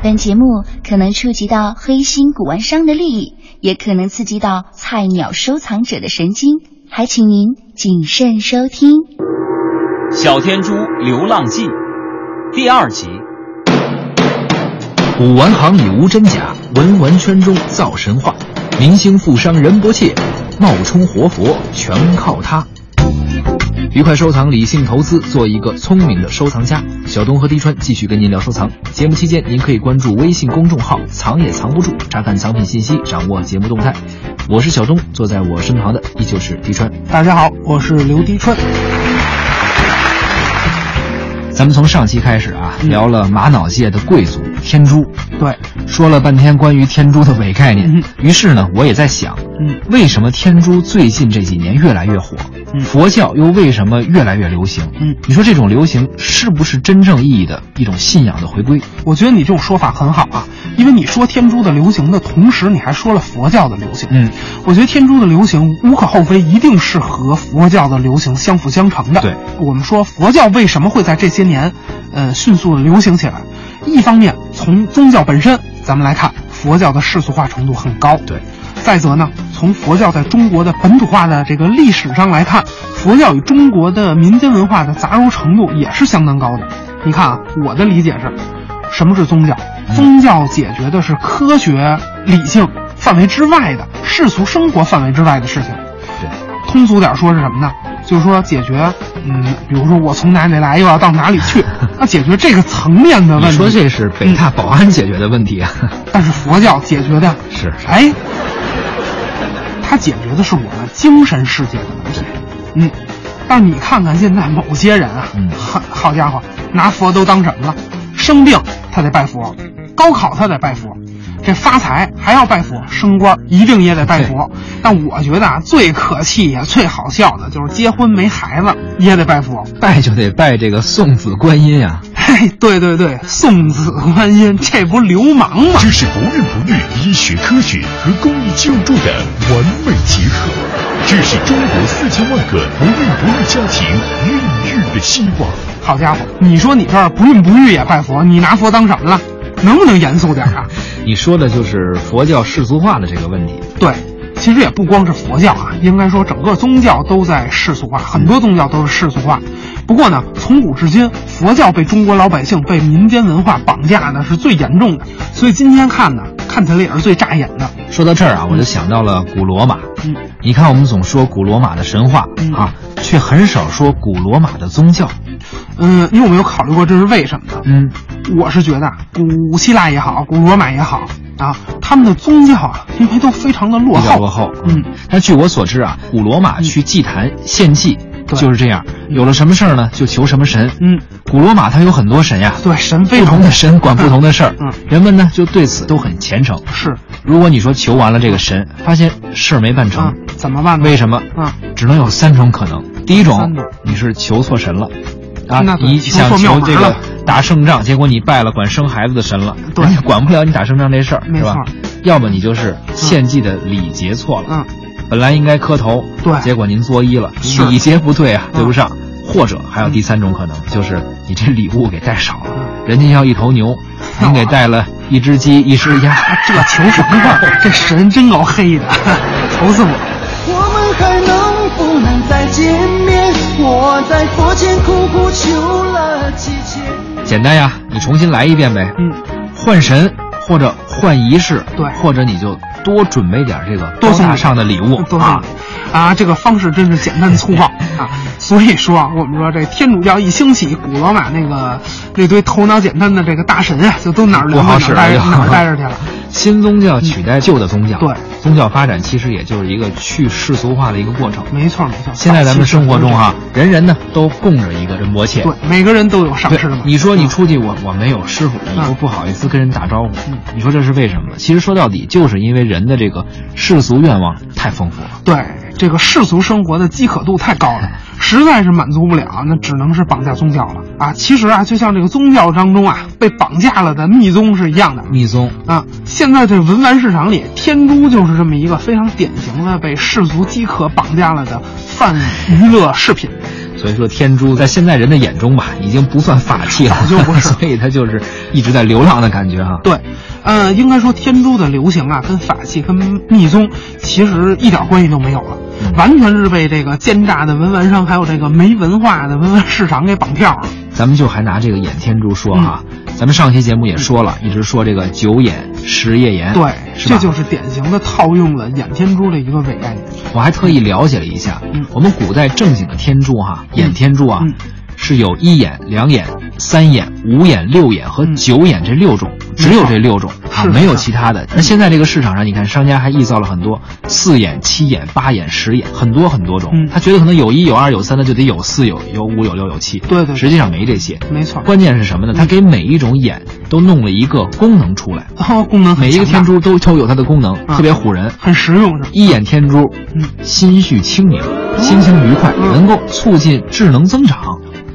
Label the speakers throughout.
Speaker 1: 本节目可能触及到黑心古玩商的利益，也可能刺激到菜鸟收藏者的神经，还请您谨慎收听。
Speaker 2: 《小天猪流浪记》第二集。
Speaker 3: 古玩行里无真假，文玩圈中造神话，明星富商人不切，冒充活佛全靠他。愉快收藏，理性投资，做一个聪明的收藏家。小东和滴川继续跟您聊收藏。节目期间，您可以关注微信公众号“藏也藏不住”，查看藏品信息，掌握节目动态。我是小东，坐在我身旁的依旧是滴川。
Speaker 4: 大家好，我是刘滴川。
Speaker 3: 咱们从上期开始啊，聊了玛瑙界的贵族天珠，
Speaker 4: 嗯对，
Speaker 3: 说了半天关于天珠的伪概念
Speaker 4: 嗯。
Speaker 3: 于是呢，我也在想，
Speaker 4: 嗯
Speaker 3: 为什么天珠最近这几年越来越火？
Speaker 4: 嗯
Speaker 3: 佛教又为什么越来越流行？
Speaker 4: 嗯，
Speaker 3: 你说这种流行是不是真正意义的一种信仰的回归？
Speaker 4: 我觉得你这种说法很好啊，因为你说天珠的流行的同时，你还说了佛教的流行。
Speaker 3: 嗯，
Speaker 4: 我觉得天珠的流行无可厚非，一定是和佛教的流行相辅相成的。
Speaker 3: 对，
Speaker 4: 我们说佛教为什么会在这些年，呃，迅速的流行起来？一方面从宗教本身，咱们来看佛教的世俗化程度很高。
Speaker 3: 对。
Speaker 4: 再则呢，从佛教在中国的本土化的这个历史上来看，佛教与中国的民间文化的杂糅程度也是相当高的。你看啊，我的理解是，什么是宗教？宗教解决的是科学、理性范围之外的世俗生活范围之外的事情。
Speaker 3: 对，
Speaker 4: 通俗点说是什么呢？就是说解决，嗯，比如说我从哪里来，又要到哪里 去，那解决这个层面的问
Speaker 3: 你
Speaker 4: 题。
Speaker 3: 说这是北大保安解决的问题啊？
Speaker 4: 但是佛教解决的
Speaker 3: 是是
Speaker 4: 哎，它解决的是我们精神世界的问题。嗯，但你看看现在某些人啊，
Speaker 3: 嗯
Speaker 4: 好好家伙，拿佛都当什么了？生病他得拜佛，高考他得拜佛，这发财还要拜佛，升官一定也得拜佛。但我觉得啊，最可气也最好笑的就是结婚没孩子也得拜佛。
Speaker 3: 拜就得拜这个送子观音啊！
Speaker 4: 嘿，对对对，送子观音，这不流氓吗？
Speaker 5: 这是不孕不育医学科学和公益救助的完美结合，这是中国四千万个不孕不育家庭孕育的希望。
Speaker 4: 好家伙，你说你这儿不孕不育也拜佛，你拿佛当什么了？能不能严肃点 啊？
Speaker 3: 你说的就是佛教世俗化的这个问题。
Speaker 4: 对，其实也不光是佛教啊，应该说整个宗教都在世俗化，很多宗教都是世俗化。不过呢，从古至今，佛教被中国老百姓、被民间文化绑架的是最严重的，所以今天看呢，看起来也是最扎眼的。
Speaker 3: 说到这儿啊，我就想到了古罗马。
Speaker 4: 嗯，
Speaker 3: 你看，我们总说古罗马的神话
Speaker 4: 嗯
Speaker 3: 啊，却很少说古罗马的宗教。
Speaker 4: 嗯，你有没有考虑过这是为什么呢？
Speaker 3: 嗯，
Speaker 4: 我是觉得啊古希腊也好，古罗马也好啊，他们的宗教啊，因为都非常的落
Speaker 3: 比较
Speaker 4: 后
Speaker 3: 落，后。
Speaker 4: 嗯，
Speaker 3: 但据我所知啊，古罗马去祭坛献祭
Speaker 4: 嗯对
Speaker 3: 就是这样，有了什么事儿呢，就求什么神。
Speaker 4: 嗯，
Speaker 3: 古罗马它有很多神呀，
Speaker 4: 对，神非
Speaker 3: 不
Speaker 4: 常
Speaker 3: 同的神管不同的事儿。
Speaker 4: 嗯，
Speaker 3: 人们呢就对此都很虔诚。
Speaker 4: 是
Speaker 3: 如果你说求完了这个神，发现事儿没办
Speaker 4: 啊
Speaker 3: 成，，
Speaker 4: 怎么办呢？
Speaker 3: 嗯为什么？
Speaker 4: 啊，
Speaker 3: 只能有三种可能。第一种
Speaker 4: 三种，
Speaker 3: 你是求错神了。啊
Speaker 4: 那，对
Speaker 3: 你
Speaker 4: 求
Speaker 3: 想
Speaker 4: 错庙
Speaker 3: 求
Speaker 4: 门
Speaker 3: 这个
Speaker 4: 了啊
Speaker 3: 打胜仗，结果你拜了管生孩子的神了，
Speaker 4: 对
Speaker 3: 人家管不了你打胜仗这事儿，
Speaker 4: 没
Speaker 3: 是吧
Speaker 4: 错？
Speaker 3: 要么你就是献祭的礼节错了，
Speaker 4: 嗯，
Speaker 3: 本来应该磕头，
Speaker 4: 对
Speaker 3: 结果您作揖了，
Speaker 4: 是
Speaker 3: 礼节不对啊，
Speaker 4: 嗯
Speaker 3: 对不上。或者还有第三种可能，就是你这礼物给带少
Speaker 4: 嗯
Speaker 3: 了，人家要一头牛，您给带了一只鸡、一只鸭，
Speaker 4: 啊这求什么呀？这神真够黑的， 愁死我了。
Speaker 6: 我们还能不能再见面？我在佛前苦苦求了几千。
Speaker 3: 简单呀，你重新来一遍呗。
Speaker 4: 嗯，
Speaker 3: 换神或者换仪式，
Speaker 4: 对
Speaker 3: 或者你就多准备点这个
Speaker 4: 多
Speaker 3: 高
Speaker 4: 送
Speaker 3: 大
Speaker 4: 礼
Speaker 3: 上的礼物
Speaker 4: 多
Speaker 3: 啊
Speaker 4: 啊。啊，这个方式真是简单 粗暴啊！所以说啊，我们说这天主教一兴起，古罗马那个那堆头脑简单的这个大神啊，就都哪儿
Speaker 3: 不
Speaker 4: 凉
Speaker 3: 好
Speaker 4: 快
Speaker 3: 使
Speaker 4: 哪儿待着
Speaker 3: 哎呦
Speaker 4: 哪儿待着去了。
Speaker 3: 新宗教取代旧的宗教，
Speaker 4: 对
Speaker 3: 宗教发展其实也就是一个去世俗化的一个过程。
Speaker 4: 没错没 错。
Speaker 3: 现在咱们生活中啊哈、人人呢都供着一个仁波切，
Speaker 4: 对，每个人都有上
Speaker 3: 对
Speaker 4: 师嘛。
Speaker 3: 你说你
Speaker 4: 嗯
Speaker 3: 出去，我我没有师傅，你又
Speaker 4: 嗯
Speaker 3: 不好意思跟人打招呼，你说这是为什么呢？其实说到底，就是因为人的这个世俗愿望太丰富了。
Speaker 4: 对这个世俗生活的饥渴度太高了，实在是满足不了，那只能是绑架宗教了啊！其实啊，就像这个宗教当中啊被绑架了的密宗是一样的
Speaker 3: 密宗，
Speaker 4: 啊。现在这文玩市场里，天珠就是这么一个非常典型的被世俗饥渴绑架了的泛娱乐饰品。
Speaker 3: 所以说天珠在现在人的眼中吧，已经不算法器了，
Speaker 4: 早就不是
Speaker 3: 所以它就是一直在流浪的感觉哈、
Speaker 4: 对，呃，应该说天珠的流行啊，跟法器、跟密宗其实一点关系都没有了，完全是被这个奸诈的文玩商还有这个没文化的文玩市场给绑票了。
Speaker 3: 咱们就还拿这个眼天珠说哈、
Speaker 4: 嗯
Speaker 3: 咱们上期节目也说了，一直说这个九眼十叶眼，
Speaker 4: 对，
Speaker 3: 是吧？
Speaker 4: 这就是典型的套用了眼天珠的一个伪概念。
Speaker 3: 我还特意了解了一下，
Speaker 4: 嗯
Speaker 3: 我们古代正经的天珠哈、眼天珠啊，
Speaker 4: 嗯
Speaker 3: 是有一眼、两眼、三眼、五眼、六眼和
Speaker 4: 嗯
Speaker 3: 九眼这六种，只有这六种啊，
Speaker 4: 是的
Speaker 3: 没有其他的。那现在这个市场上，你看商家还臆造了很多四眼、七眼、八眼、十眼，很多很多种。
Speaker 4: 嗯
Speaker 3: 他觉得可能有一、有二、有三的就得有四、有有五、有六、有七，
Speaker 4: 对对对
Speaker 3: 实际上没这些。
Speaker 4: 没错，
Speaker 3: 关键是什么呢？他给每一种眼都弄了一个功能出来，
Speaker 4: 哦，功能很
Speaker 3: 每一个
Speaker 4: 强大
Speaker 3: 天珠都都有它的功能，
Speaker 4: 啊
Speaker 3: 特别唬人。
Speaker 4: 很实用是吧？
Speaker 3: 一眼天珠，
Speaker 4: 嗯
Speaker 3: 心绪清明，心情愉快，
Speaker 4: 嗯
Speaker 3: 能够促进智能增长。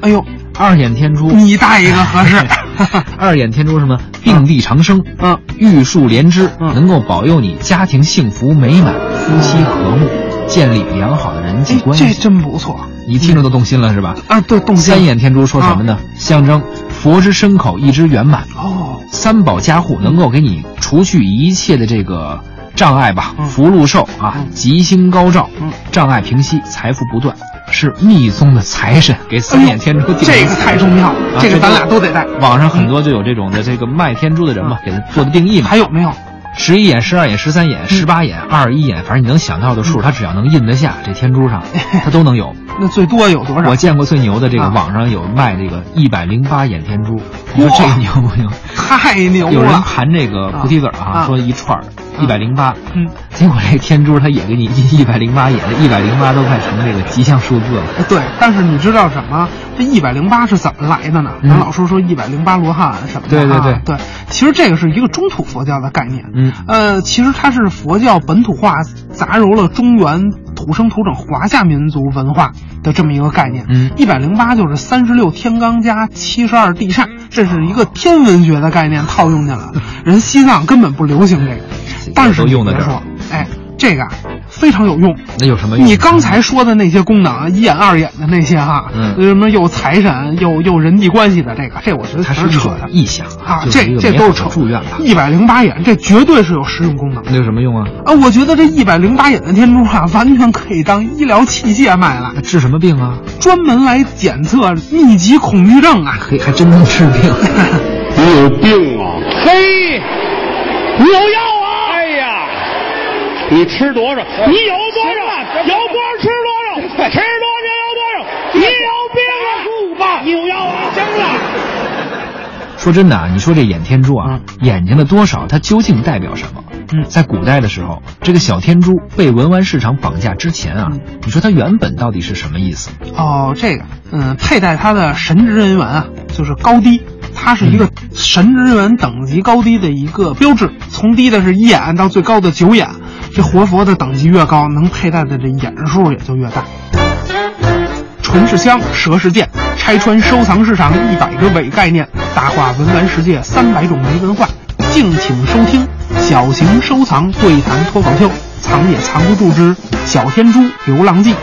Speaker 4: 哎呦，
Speaker 3: 二眼天珠，
Speaker 4: 你带一个合适。
Speaker 3: 二眼天珠什么？并蒂长生，
Speaker 4: 嗯，
Speaker 3: 玉树连枝，
Speaker 4: 嗯
Speaker 3: 能够保佑你家庭幸福美满，夫妻和睦，建立良好的人际
Speaker 4: 嗯哎，
Speaker 3: 关
Speaker 4: 这
Speaker 3: 系。
Speaker 4: 真不错
Speaker 3: 你听着都动心了是吧？
Speaker 4: 啊！对，动心嗯
Speaker 3: 三眼天珠说什么呢？象征佛之身口，一之圆满。
Speaker 4: 哦，
Speaker 3: 三宝加护能够给你除去一切的这个障碍吧，
Speaker 4: 嗯
Speaker 3: 福禄寿啊，
Speaker 4: 嗯
Speaker 3: 吉星高照，
Speaker 4: 嗯
Speaker 3: 障碍平息，财富不断，是密宗的财神，给
Speaker 4: 哎
Speaker 3: 三
Speaker 4: 呦
Speaker 3: 眼天珠定
Speaker 4: 这个太重要了，
Speaker 3: 啊
Speaker 4: 这个咱俩
Speaker 3: 这
Speaker 4: 都得带。嗯
Speaker 3: 网上很多就有这种的这个卖天珠的人嘛，给他做的定义嘛，
Speaker 4: 还有嗯没有？
Speaker 3: 十一眼、十二眼、十三眼、十八眼、二十一眼，反正你能想到的
Speaker 4: 嗯
Speaker 3: 数，他只要能印得下，这天珠 上他都能有。
Speaker 4: 那最多有多少？
Speaker 3: 我见过最牛的这个
Speaker 4: 啊
Speaker 3: 网上有卖这个一百零八眼天珠，你说
Speaker 4: 哇
Speaker 3: 这个牛不牛？
Speaker 4: 太牛
Speaker 3: 有人
Speaker 4: 了！
Speaker 3: 盘这个菩提子儿
Speaker 4: 啊
Speaker 3: 啊，
Speaker 4: 啊
Speaker 3: 说一串儿一百零八，
Speaker 4: 嗯，
Speaker 3: 结果这天珠它也给你一一百零八，也是一百零八都快成这个吉祥数字了。
Speaker 4: 对，但是你知道什么？这一百零八是怎么来的呢？
Speaker 3: 嗯
Speaker 4: 咱老说说一百零八罗汉什么的、啊，
Speaker 3: 对对对
Speaker 4: 对。其实这个是一个中土佛教的概念，
Speaker 3: 嗯
Speaker 4: 呃，其实它是佛教本土化杂糅了中原土生土长华夏民族文化的这么一个概念。
Speaker 3: 嗯
Speaker 4: 一百零八就是三十六天罡加七十二地煞，这是一个天文学的概念套用进 来了。人西藏根本不流行这个，但是
Speaker 3: 都
Speaker 4: 你
Speaker 3: 用得
Speaker 4: 别
Speaker 3: 着
Speaker 4: 说，哎，这个啊非常有用。
Speaker 3: 那有什么用？
Speaker 4: 你刚才说的那些功能，啊，一眼二眼的那些哈，呃
Speaker 3: 嗯
Speaker 4: 什么又财神又又人际关系的这个，这我觉得
Speaker 3: 它
Speaker 4: 全
Speaker 3: 是一
Speaker 4: 是扯
Speaker 3: 种
Speaker 4: 的
Speaker 3: 意象
Speaker 4: 啊，
Speaker 3: 就是一个
Speaker 4: 这这
Speaker 3: 美
Speaker 4: 都
Speaker 3: 好
Speaker 4: 是
Speaker 3: 的
Speaker 4: 扯
Speaker 3: 祝愿吧
Speaker 4: 一百零八眼，这绝对是有实用功能的
Speaker 3: 那有什么用啊？
Speaker 4: 啊！我觉得这一百零八眼的天珠啊， 完全可以当医疗器械卖了
Speaker 3: 它，治什么病啊？
Speaker 4: 专门来检测密集恐惧症啊！
Speaker 3: 可以还真能治病。
Speaker 7: 你有病啊！嘿，你有药啊！哎呀，嗯你吃多少？你有多少？有多少吃多少？吃多少有多少？你有病啊！你有药啊！行了，
Speaker 3: 说真的啊，你说这眼天珠啊
Speaker 4: 嗯，
Speaker 3: 眼睛的多少，它究竟代表什么？
Speaker 4: 嗯
Speaker 3: 在古代的时候，这个小天珠被文玩市场绑架之前啊
Speaker 4: 嗯，
Speaker 3: 你说它原本到底是什么意思？
Speaker 4: 哦，这个，嗯，佩戴它的神职人员啊，就是高低，它是一个神职人员等级高低的一个标志，从低的是一眼到最高的九眼，这活佛的等级越高，能佩戴的这眼数也就越大。唇是香，舌是剑，拆穿收藏市场一百个伪概念，大话文玩世界三百种没文化。敬请收听小型收藏对谈脱口秀，藏也藏不住之小天珠流浪记。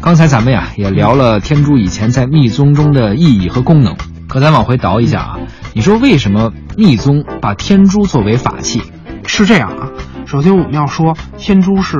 Speaker 3: 刚才咱们呀也聊了天珠以前在密宗中的意义和功能，可咱往回倒一下啊，你说为什么密宗把天珠作为法器？
Speaker 4: 是这样啊，首先我们要说天珠是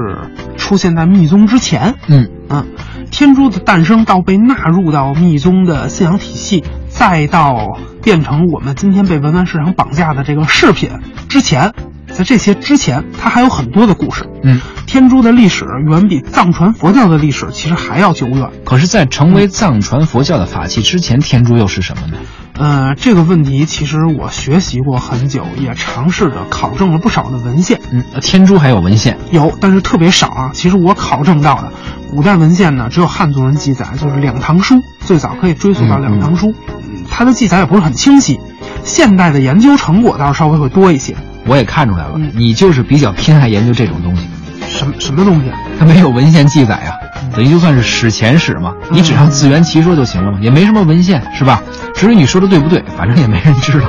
Speaker 4: 出现在密宗之前，
Speaker 3: 嗯，
Speaker 4: 嗯，天珠的诞生到被纳入到密宗的信仰体系，再到变成我们今天被文玩市场绑架的这个饰品之前，在这些之前，它还有很多的故事。
Speaker 3: 嗯，
Speaker 4: 天珠的历史远比藏传佛教的历史其实还要久远。
Speaker 3: 可是，在成为藏传佛教的法器之前，天珠又是什么呢？
Speaker 4: 呃，这个问题其实我学习过很久，也尝试着考证了不少的文献，
Speaker 3: 嗯，天珠还有文献，
Speaker 4: 有，但是特别少啊。其实我考证到的古代文献呢，只有汉族人记载，就是《两唐书》，最早可以追溯到《两唐书》嗯它的记载也不是很清晰。现代的研究成果倒是稍微会多一些。
Speaker 3: 我也看出来了，
Speaker 4: 嗯
Speaker 3: 你就是比较偏爱研究这种东西，
Speaker 4: 什么什么东西啊？
Speaker 3: 它没有文献记载啊，等于就算是史前史嘛，你只要自圆其说就行了嘛，也没什么文献是吧？至于你说的对不对，反正也没人知 道。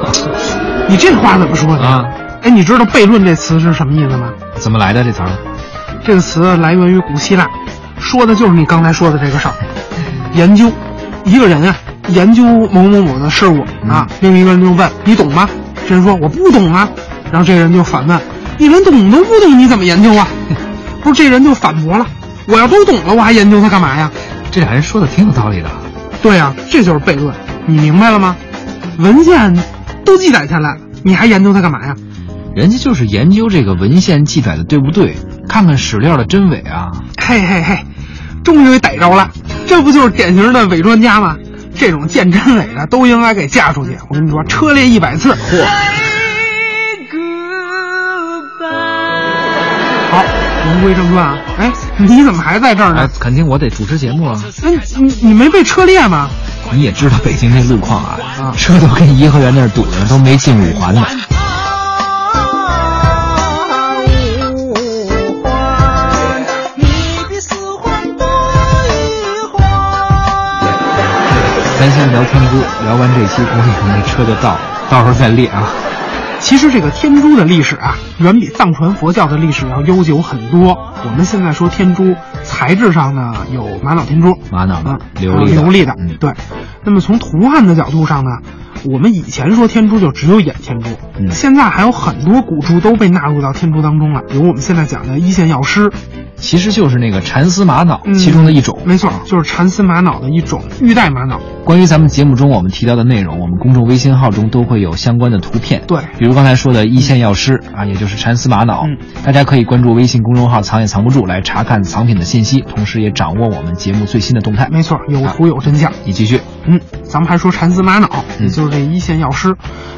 Speaker 4: 你这话怎么说的呀
Speaker 3: 啊？
Speaker 4: 哎，你知道“悖论”这词是什么意思吗？
Speaker 3: 怎么来的这词儿？
Speaker 4: 这个词来源于古希腊，说的就是你刚才说的这个事儿。研究，一个人啊，研究某某某的事物啊，另一个人就问你懂吗？这人说我不懂啊，然后这人就反问，你连懂都不懂，你怎么研究啊？不是，这人就反驳了，我要都懂了，我还研究它干嘛呀？
Speaker 3: 这俩人说的挺有道理的。啊
Speaker 4: 对呀、这就是悖论，你明白了吗？文献都记载下来，你还研究它干嘛呀？
Speaker 3: 人家就是研究这个文献记载的对不对，看看史料的真伪啊。
Speaker 4: 嘿嘿嘿，终于给逮着了，这不就是典型的伪专家吗？这种见真伪的都应该给嫁出去。我跟你说，车裂一百次。嚯！好，言归正传啊。哎，你怎么还在这儿
Speaker 3: 哎
Speaker 4: 呢？，
Speaker 3: 肯定我得主持节目啊。
Speaker 4: 哎，你你没被车裂吗？
Speaker 3: 你也知道北京这路况
Speaker 4: 啊
Speaker 3: 啊，车都跟颐和园那儿堵着呢，都没进五环呢。咱先聊天珠，聊完这期估计可能这车就到了，到时候再列啊。
Speaker 4: 其实这个天珠的历史啊，远比藏传佛教的历史要悠久很多。我们现在说天珠，材质上呢有玛瑙天珠，
Speaker 3: 玛瑙的
Speaker 4: 啊
Speaker 3: 琉璃的
Speaker 4: 琉璃的，
Speaker 3: 嗯
Speaker 4: 对。那么从图案的角度上呢，我们以前说天珠就只有眼天珠，
Speaker 3: 嗯
Speaker 4: 现在还有很多古珠都被纳入到天珠当中了，比如我们现在讲的一线药师，
Speaker 3: 其实就是那个蚕丝玛瑙
Speaker 4: 嗯
Speaker 3: 其中的一种。
Speaker 4: 没错，就是蚕丝玛瑙的一种玉带玛瑙。
Speaker 3: 关于咱们节目中我们提到的内容，我们公众微信号中都会有相关的图片。
Speaker 4: 对
Speaker 3: 比如刚才说的一线药师啊，也就是蚕丝玛瑙
Speaker 4: 嗯，
Speaker 3: 大家可以关注微信公众号“藏也藏不住”来查看藏品的信息，同时也掌握我们节目最新的动态。
Speaker 4: 没错，有图有真相。
Speaker 3: 你继续，
Speaker 4: 嗯，咱们还说蚕丝玛瑙，
Speaker 3: 嗯
Speaker 4: 也就是这一线药师，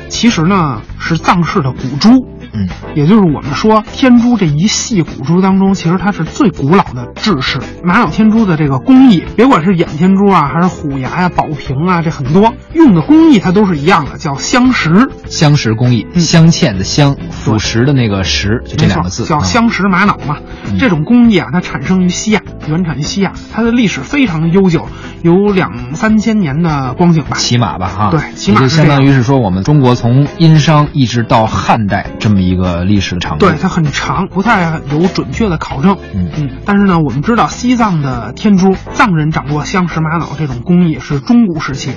Speaker 4: 其实呢是藏式的古珠，
Speaker 3: 嗯，
Speaker 4: 也就是我们说天珠这一系古珠当中，其实它是最古老的制式。玛瑙天珠的这个工艺，别管是眼天珠啊，还是虎牙呀、宝瓶啊，这很多用的工艺它都是一样的，叫镶石。
Speaker 3: 镶石工艺，
Speaker 4: 嗯
Speaker 3: 镶嵌的镶，腐蚀的那个石，就这两个字
Speaker 4: 没错叫
Speaker 3: 啊
Speaker 4: 镶石玛瑙嘛。
Speaker 3: 嗯
Speaker 4: 这种工艺啊，它产生于西亚，原产于西亚，它的历史非常的悠久，有两三千年的光景吧。
Speaker 3: 骑马吧，哈，
Speaker 4: 对骑马
Speaker 3: 也就是相
Speaker 4: 这
Speaker 3: 当
Speaker 4: 样
Speaker 3: 于是说我们中国从殷商一直到汉代这么一个历史的长度。
Speaker 4: 对，它很长，不太有准确的考证。
Speaker 3: 嗯
Speaker 4: 但是呢，我们知道西藏的天珠，藏人掌握镶石玛瑙这种工艺是中古时期，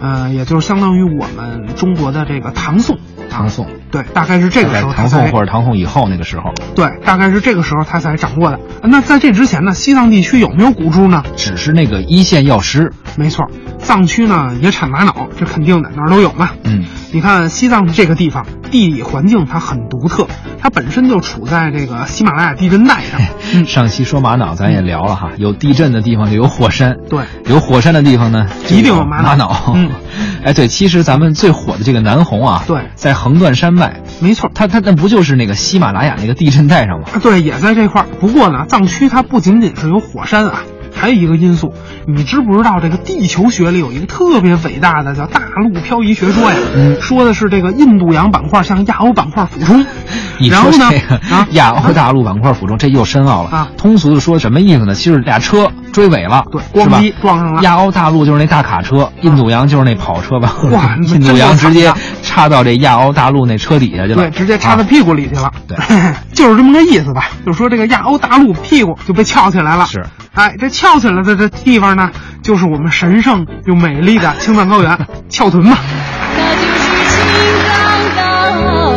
Speaker 4: 呃，也就是相当于我们中国的这个唐宋。
Speaker 3: 唐宋，
Speaker 4: 对，大概是这个
Speaker 3: 在
Speaker 4: 时候它
Speaker 3: 唐
Speaker 4: 才
Speaker 3: 宋或者唐宋以后那个时候，
Speaker 4: 对，大概是这个时候他才掌握的。那在这之前呢，西藏地区有没有古珠呢？
Speaker 3: 只是那个一线药师，
Speaker 4: 没错，藏区呢也产玛瑙，这肯定的，哪儿都有嘛。
Speaker 3: 嗯，
Speaker 4: 你看西藏这个地方地理环境它很独特，它本身就处在这个喜马拉雅地震带 上。嗯，
Speaker 3: 上期说玛瑙，咱也聊了哈，有地震的地方就有火山，
Speaker 4: 对，
Speaker 3: 有火山的地方呢，就
Speaker 4: 一定有玛
Speaker 3: 玛
Speaker 4: 瑙
Speaker 3: 瑙。
Speaker 4: 嗯，
Speaker 3: 哎，对，其实咱们最火的这个南红啊，
Speaker 4: 对
Speaker 3: 在横断山脉，
Speaker 4: 没错。
Speaker 3: 它它那不就是那个喜马拉雅那个地震带上吗？
Speaker 4: 啊，对，也在这块儿。不过呢，藏区它不仅仅是有火山啊，还有一个因素，你知不知道这个地球学里有一个特别伟大的叫大陆漂移学说呀？
Speaker 3: 嗯
Speaker 4: 说的是这个印度洋板块向亚欧板块俯冲。
Speaker 3: 你
Speaker 4: 然
Speaker 3: 说
Speaker 4: 后呢
Speaker 3: 这个？
Speaker 4: 啊，
Speaker 3: 亚欧大陆板块俯冲，这又深奥了
Speaker 4: 啊
Speaker 3: 通俗的说，什么意思呢？其实俩车追尾了，
Speaker 4: 对
Speaker 3: 是吧
Speaker 4: 咣叽撞上了
Speaker 3: 亚欧大陆就是那大卡车，印度洋就是那跑车吧？
Speaker 4: 哇你
Speaker 3: 印度
Speaker 4: 真够
Speaker 3: 洋直
Speaker 4: 惨
Speaker 3: 接
Speaker 4: 的
Speaker 3: 插到这亚欧大陆那车底下去了，
Speaker 4: 对，直接插
Speaker 3: 啊
Speaker 4: 到屁股里去了。
Speaker 3: 对，
Speaker 4: 就是这么个意思吧。就说这个亚欧大陆屁股就被翘起来了。
Speaker 3: 是，
Speaker 4: 哎，这翘起来的这地方呢，就是我们神圣又美丽的青藏高原 翘臀嘛。
Speaker 8: 那就是青藏高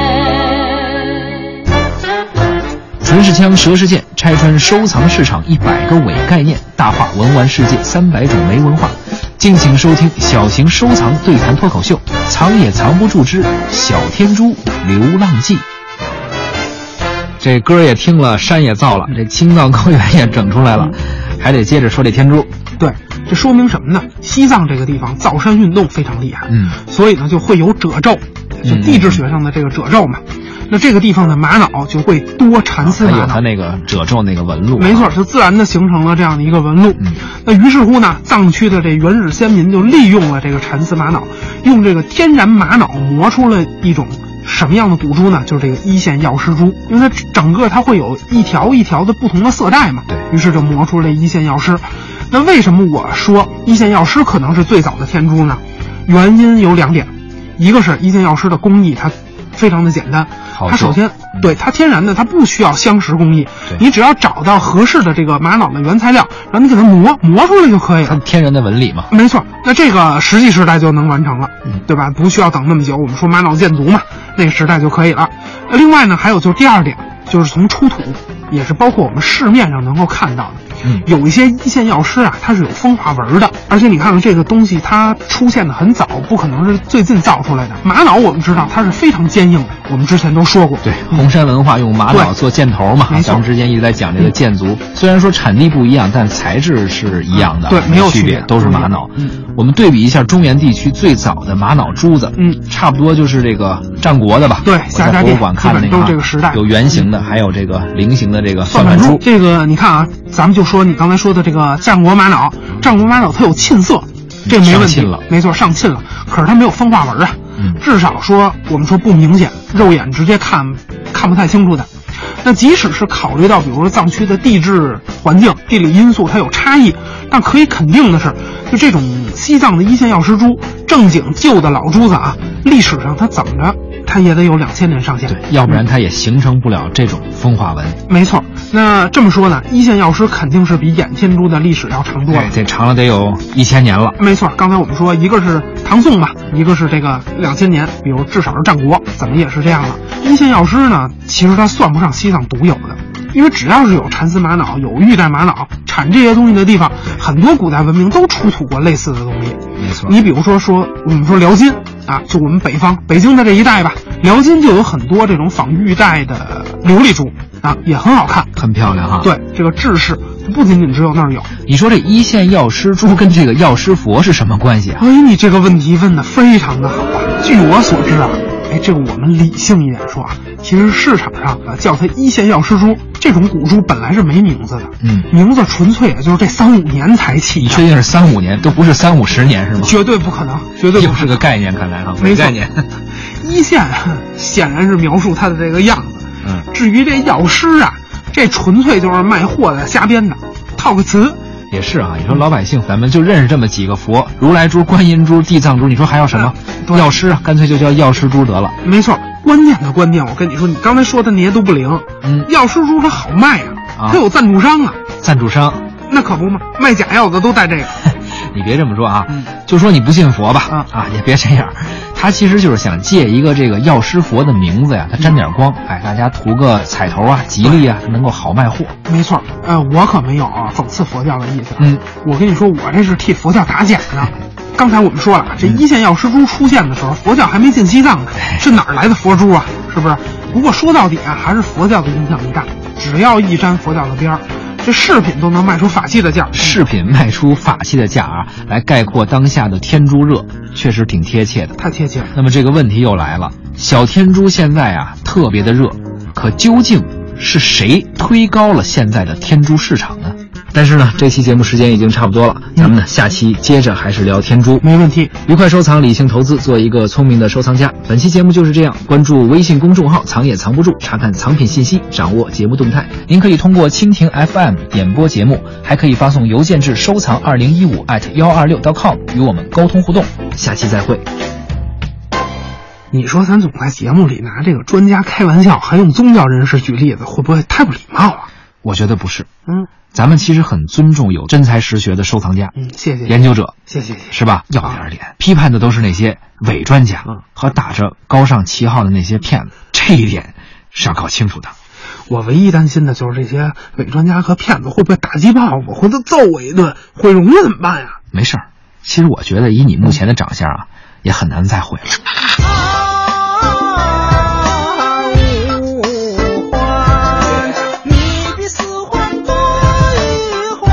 Speaker 8: 原。
Speaker 3: 纯是枪蛇是剑，拆穿收藏市场一百个伪概念，大话文玩世界三百种没文化。敬请收听小型收藏对谈脱口秀，《藏也藏不住之小天珠流浪记》。这歌也听了，山也造了，这青藏高原也整出来了，还得接着说这天珠。
Speaker 4: 对，这说明什么呢？西藏这个地方造山运动非常厉害，
Speaker 3: 嗯，
Speaker 4: 所以呢就会有褶皱，就地质学上的这个褶皱嘛。那这个地方的玛瑙就会多缠丝
Speaker 3: 它
Speaker 4: 玛
Speaker 3: 啊有
Speaker 4: 瑙
Speaker 3: 它，那个褶皱那个纹路，啊
Speaker 4: 没错，，就自然的形成了这样的一个纹路。
Speaker 3: 嗯
Speaker 4: 那于是乎呢，藏区的这原始先民就利用了这个蚕丝玛瑙，用这个天然玛瑙磨出了一种。什么样的赌珠呢？就是这个一线药师珠，因为它整个它会有一条一条的不同的色带嘛，
Speaker 3: 对
Speaker 4: 于是就磨出了一线药师。那为什么我说一线药师可能是最早的天珠呢？原因有两点，一个是一线药师的工艺它非常的简单，
Speaker 3: 好
Speaker 4: 它首
Speaker 3: 做
Speaker 4: 先 对它天然的，它不需要镶石工艺
Speaker 3: 对，
Speaker 4: 你只要找到合适的这个玛瑙的原材料，然后你给它磨磨出来就可以
Speaker 3: 它
Speaker 4: 了。
Speaker 3: 天然的纹理嘛，
Speaker 4: 没错，那这个石器时代就能完成了
Speaker 3: 嗯，
Speaker 4: 对吧？不需要等那么久。我们说玛瑙建族嘛，那个时代就可以了。呃另外呢，还有就是第二点，就是从出土，也是包括我们市面上能够看到的，
Speaker 3: 嗯
Speaker 4: 有一些一线药师啊，它是有风化纹的，而且你看看这个东西，它出现的很早，不可能是最近造出来的。玛瑙我们知道它是非常坚硬的，我们之前都说过，
Speaker 3: 对，
Speaker 4: 嗯
Speaker 3: 红山文化用玛瑙
Speaker 4: 对
Speaker 3: 做箭头嘛
Speaker 4: 没，错嗯
Speaker 3: 咱们之前一直在讲这个箭族，虽然说产地不一样，但材质是一样的，
Speaker 4: 嗯对没有
Speaker 3: 区
Speaker 4: 区
Speaker 3: 别，
Speaker 4: 别嗯
Speaker 3: 都是玛瑙。我们对比一下中原地区最早的玛瑙珠子，
Speaker 4: 嗯
Speaker 3: 差不多就是这个战国的吧？
Speaker 4: 对
Speaker 3: 我
Speaker 4: 夏
Speaker 3: 在
Speaker 4: 家
Speaker 3: 博物
Speaker 4: 店
Speaker 3: 馆
Speaker 4: 基
Speaker 3: 看的那
Speaker 4: 本
Speaker 3: 个
Speaker 4: 都
Speaker 3: 啊，
Speaker 4: 这个时代嗯
Speaker 3: 有圆形的，还有这个菱形的这个算
Speaker 4: 算盘
Speaker 3: 盘珠
Speaker 4: 珠。，这个你看啊，咱们就说你刚才说的这个战国玛瑙，战国玛瑙它有沁色，这没
Speaker 3: 上
Speaker 4: 问题
Speaker 3: 沁了
Speaker 4: 没错，上沁了。可是它没有风化纹啊，
Speaker 3: 嗯
Speaker 4: 至少说我们说不明显，肉眼直接看看不太清楚的。那即使是考虑到，比如说藏区的地质环境、地理因素，它有差异，但可以肯定的是，就这种西藏的一线药师珠，正经旧的老珠子啊，历史上它怎么着，它也得有两千年上下。
Speaker 3: 对，要不然它也形成不了这种风化纹。
Speaker 4: 没错，那这么说呢，一线药师肯定是比眼天珠的历史要长多了
Speaker 3: 对，。这长了得有一千年了。
Speaker 4: 没错，刚才我们说，一个是唐宋吧，一个是这个两千年，比如至少是战国，怎么也是这样了。一线药师呢，其实它算不上西藏独有的，因为只要是有蚕丝玛瑙、有玉带玛瑙产这些东西的地方，很多古代文明都出土过类似的东西。
Speaker 3: 没错，
Speaker 4: 你比如说说我们说辽金啊，就我们北方北京的这一带吧，辽金就有很多这种仿玉带的琉璃珠啊，也很好看。
Speaker 3: 很漂亮哈。，
Speaker 4: 对，这个制式不仅仅只有那儿有。
Speaker 3: 你说这一线药师珠跟这个药师佛是什么关系啊？
Speaker 4: 哎，你这个问题问的非常的好啊！据我所知啊，哎，这个我们理性一点说啊，其实市场上啊叫它一线药师珠这种古珠本来是没名字的，
Speaker 3: 嗯
Speaker 4: 名字纯粹也就是这三五年才起
Speaker 3: 你
Speaker 4: 的，
Speaker 3: 确定是三五年，都不是三五十年是吗？
Speaker 4: 绝对不可能，绝对不
Speaker 3: 又
Speaker 4: 可
Speaker 3: 是
Speaker 4: 能。
Speaker 3: 个概念，看来哈，啊
Speaker 4: 没
Speaker 3: 没
Speaker 4: 错
Speaker 3: 概念。
Speaker 4: 一线哼显然是描述它的这个样子，
Speaker 3: 嗯，
Speaker 4: 至于这药师啊，这纯粹就是卖货的瞎编的，套个词。
Speaker 3: 也是啊。你说老百姓，咱们就认识这么几个佛：如来珠、观音珠、地藏珠。你说还要什么？
Speaker 4: 对
Speaker 3: 药师啊，干脆就叫药师珠得了。
Speaker 4: 没错，关键的关键，我跟你说，你刚才说的那些都不灵。
Speaker 3: 嗯
Speaker 4: 药师珠它好卖啊，
Speaker 3: 啊
Speaker 4: 它有赞助商啊，
Speaker 3: 赞助商，
Speaker 4: 那可不嘛，卖假药的都 带这个。
Speaker 3: 你别这么说啊
Speaker 4: 嗯，
Speaker 3: 就说你不信佛吧，
Speaker 4: 啊
Speaker 3: 啊，也别这样。他其实就是想借一个这个药师佛的名字呀，他沾点光，哎，大家图个彩头啊，吉利啊，能够好卖货。
Speaker 4: 没错，呃，我可没有啊，讽刺佛教的意思。啊
Speaker 3: 嗯，
Speaker 4: 我跟你说，我这是替佛教打假呢。刚才我们说了，啊这
Speaker 3: 嗯
Speaker 4: 一线药师珠出现的时候，佛教还没进西藏呢，
Speaker 3: 哎
Speaker 4: 是哪儿来的佛珠啊？是不是？不过说到底啊，还是佛教的影响力大。只要一沾佛教的边儿，这饰品都能卖出法器的价儿。
Speaker 3: 饰品卖出法器的价啊，来概括当下的天珠热，确实挺贴切的。
Speaker 4: 太贴切了。
Speaker 3: 那么这个问题又来了，小天珠现在啊特别的热，可究竟是谁推高了现在的天珠市场呢？但是呢，这期节目时间已经差不多了，咱们呢下期接着还是聊天珠。
Speaker 4: 没问题，
Speaker 3: 愉快收藏，理性投资，做一个聪明的收藏家。本期节目就是这样，关注微信公众号“藏也藏不住”，查看藏品信息，掌握节目动态。您可以通过蜻蜓 FM 点播节目，还可以发送邮件至收藏二零一五 at 幺二六 .com 与我们沟通互动。下期再会。
Speaker 4: 你说咱总在节目里拿这个专家开玩笑，还用宗教人士举例子，会不会太不礼貌了？
Speaker 3: 我觉得不是，
Speaker 4: 嗯
Speaker 3: 咱们其实很尊重有真才实学的收藏家、
Speaker 4: 嗯，谢谢，
Speaker 3: 研究者，
Speaker 4: 谢谢，谢谢。
Speaker 3: 是吧？要点脸，批判的都是那些伪专家
Speaker 4: 嗯
Speaker 3: 和打着高尚旗号的那些骗子，这一点是要搞清楚的。
Speaker 4: 我唯一担心的就是这些伪专家和骗子会不会打击报我，或者揍我一顿，毁容了怎么办呀？
Speaker 3: 没事儿。其实我觉得以你目前的长相啊，也很难再毁了。
Speaker 6: 啊，五环，你比四环多一环。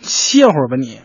Speaker 4: 歇会儿吧你。